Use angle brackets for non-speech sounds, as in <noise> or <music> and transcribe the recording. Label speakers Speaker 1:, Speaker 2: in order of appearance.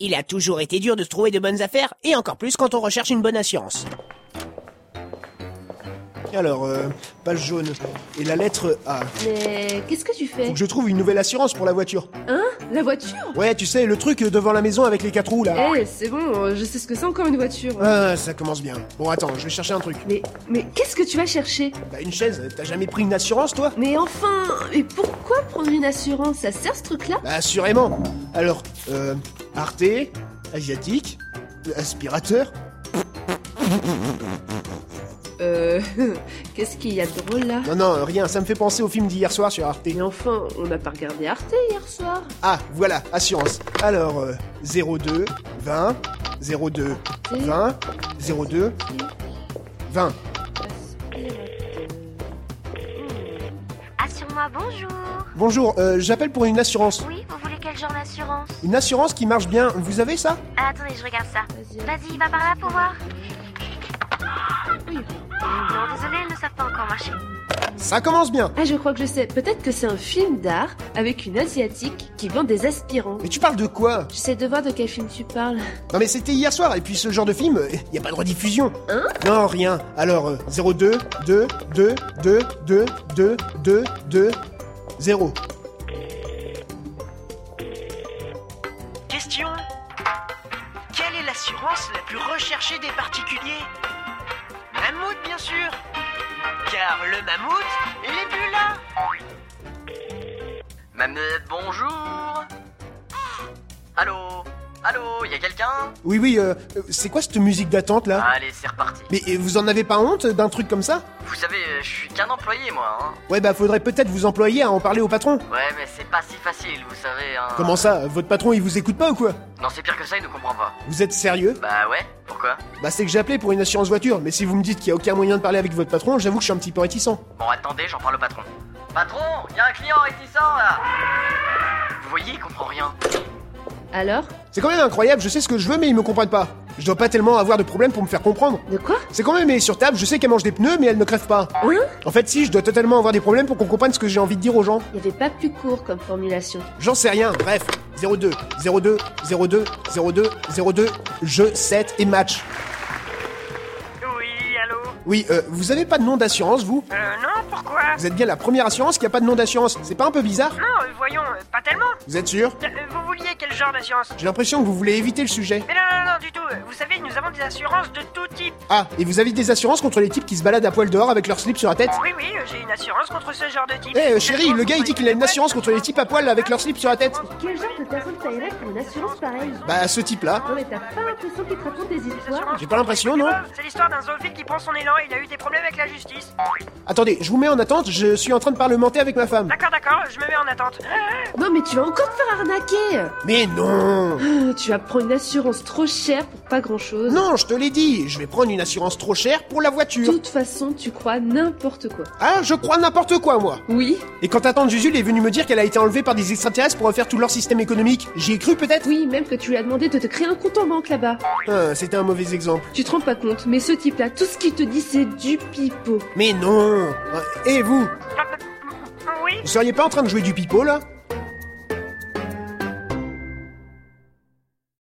Speaker 1: Il a toujours été dur de se trouver de bonnes affaires, et encore plus quand on recherche une bonne assurance.
Speaker 2: Alors, euh, page jaune. Et la lettre A.
Speaker 3: Mais qu'est-ce que tu fais
Speaker 2: Faut que je trouve une nouvelle assurance pour la voiture.
Speaker 3: Hein La voiture
Speaker 2: Ouais, tu sais, le truc euh, devant la maison avec les quatre roues,
Speaker 3: Eh,
Speaker 2: là.
Speaker 3: c'est bon, euh, je sais ce que c'est encore une voiture.
Speaker 2: Ah, ça commence bien. Bon, attends, je vais chercher un truc.
Speaker 3: Mais, mais qu'est-ce que tu vas chercher
Speaker 2: Bah, une chaise, t'as jamais pris une assurance, toi
Speaker 3: Mais enfin Et pourquoi prendre une assurance Ça sert ce truc-là
Speaker 2: Bah, assurément. Alors, euh, Arte, Asiatique, aspirateur.
Speaker 3: Euh... <laughs> qu'est-ce qu'il y a de drôle là
Speaker 2: Non, non, rien, ça me fait penser au film d'hier soir sur Arte.
Speaker 3: Mais enfin, on n'a pas regardé Arte hier soir.
Speaker 2: Ah, voilà, assurance. Alors, euh, 02, 20, 02, 20, 02, 20.
Speaker 4: Assure-moi bonjour.
Speaker 2: Bonjour, euh, j'appelle pour une assurance.
Speaker 4: Oui, vous voulez quel genre d'assurance
Speaker 2: Une assurance qui marche bien, vous avez ça
Speaker 4: Ah, Attendez, je regarde ça.
Speaker 3: Vas-y.
Speaker 4: Vas-y, va par là pour voir. Non, désolé, elles ne savent pas encore marcher.
Speaker 2: Ça commence bien.
Speaker 3: Ah, je crois que je sais. Peut-être que c'est un film d'art avec une asiatique qui vend des aspirants.
Speaker 2: Mais tu parles de quoi
Speaker 3: J'essaie de voir de quel film tu parles.
Speaker 2: Non mais c'était hier soir, et puis ce genre de film, euh, il y a pas de rediffusion. Hein Non, rien. Alors, euh, 02, 2, 2, 2, 2, 2, 2, 2, 0.
Speaker 5: Question Quelle est l'assurance la plus recherchée des particuliers Mammouth, bien sûr Car le mammouth, il est plus là
Speaker 6: Mameud, bonjour Allô Allô, y a quelqu'un
Speaker 2: Oui, oui, euh, euh, c'est quoi cette musique d'attente là
Speaker 6: Allez, c'est reparti.
Speaker 2: Mais euh, vous en avez pas honte d'un truc comme ça
Speaker 6: Vous savez, euh, je suis qu'un employé, moi, hein.
Speaker 2: Ouais, bah faudrait peut-être vous employer à en parler au patron.
Speaker 6: Ouais, mais c'est pas si facile, vous savez, hein.
Speaker 2: Comment ça Votre patron, il vous écoute pas ou quoi
Speaker 6: Non, c'est pire que ça, il nous comprend pas.
Speaker 2: Vous êtes sérieux
Speaker 6: Bah ouais, pourquoi
Speaker 2: Bah c'est que j'ai appelé pour une assurance voiture, mais si vous me dites qu'il y a aucun moyen de parler avec votre patron, j'avoue que je suis un petit peu réticent.
Speaker 6: Bon, attendez, j'en parle au patron. Patron, y a un client réticent, là Vous voyez, il comprend rien.
Speaker 3: Alors
Speaker 2: C'est quand même incroyable, je sais ce que je veux mais ils me comprennent pas. Je dois pas tellement avoir de problèmes pour me faire comprendre.
Speaker 3: De quoi
Speaker 2: C'est quand même mais sur table, je sais qu'elle mange des pneus mais elle ne crève pas.
Speaker 3: Hein
Speaker 2: En fait si, je dois totalement avoir des problèmes pour qu'on comprenne ce que j'ai envie de dire aux gens.
Speaker 3: Il n'y avait pas plus court comme formulation.
Speaker 2: J'en sais rien, bref. 02, 02, 02, 02, 02, jeu 7 et match.
Speaker 5: Oui, allô
Speaker 2: Oui, euh, vous avez pas de nom d'assurance vous
Speaker 5: Euh, non, pourquoi
Speaker 2: Vous êtes bien la première assurance qui a pas de nom d'assurance, c'est pas un peu bizarre
Speaker 5: Non, euh, voyons, euh, pas tellement
Speaker 2: Vous êtes sûr
Speaker 5: Euh, euh, Vous vouliez quel genre d'assurance
Speaker 2: J'ai l'impression que vous voulez éviter le sujet.
Speaker 5: Mais non, non, non, du tout euh, Vous savez, nous avons des assurances de tout type
Speaker 2: Ah, et vous avez des assurances contre les types qui se baladent à poil dehors avec leur slip sur la tête
Speaker 5: Oui, oui, euh, j'ai une assurance contre ce genre de type
Speaker 2: Eh euh, chérie, le gars il dit qu'il a une assurance contre les types à poil avec leur slip sur la tête.
Speaker 3: Quel genre de personne ça irait pour une assurance pareille
Speaker 2: Bah ce type là.
Speaker 3: Non mais t'as pas l'impression qu'ils te racontent des histoires
Speaker 2: J'ai pas l'impression non
Speaker 5: C'est l'histoire d'un zoophile qui prend son élan, il a eu des problèmes avec la justice.
Speaker 2: Attendez, je vous mets en attente, je suis en train de parlementer avec ma femme.
Speaker 5: D'accord, d'accord, je me mets en attente. <laughs>
Speaker 3: Non mais tu vas encore te faire arnaquer
Speaker 2: Mais non
Speaker 3: Euh, Tu vas prendre une assurance trop chère pour pas grand chose.
Speaker 2: Non, je te l'ai dit, je vais prendre une assurance trop chère pour la
Speaker 3: De
Speaker 2: voiture.
Speaker 3: toute façon, tu crois n'importe quoi.
Speaker 2: Ah, je crois n'importe quoi moi.
Speaker 3: Oui,
Speaker 2: Et quand ta tante Jusul est venue me dire qu'elle a été enlevée par des extraterrestres pour refaire tout leur système économique, j'y ai cru peut-être
Speaker 3: oui, même que tu lui as demandé de te créer un compte en banque là-bas.
Speaker 2: Ah, c'était un mauvais exemple.
Speaker 3: Tu te rends pas compte, mais ce type-là, tout ce qu'il te dit, c'est du pipeau.
Speaker 2: Mais non Euh, Et vous
Speaker 5: Oui
Speaker 2: Vous seriez pas en train de jouer du pipeau là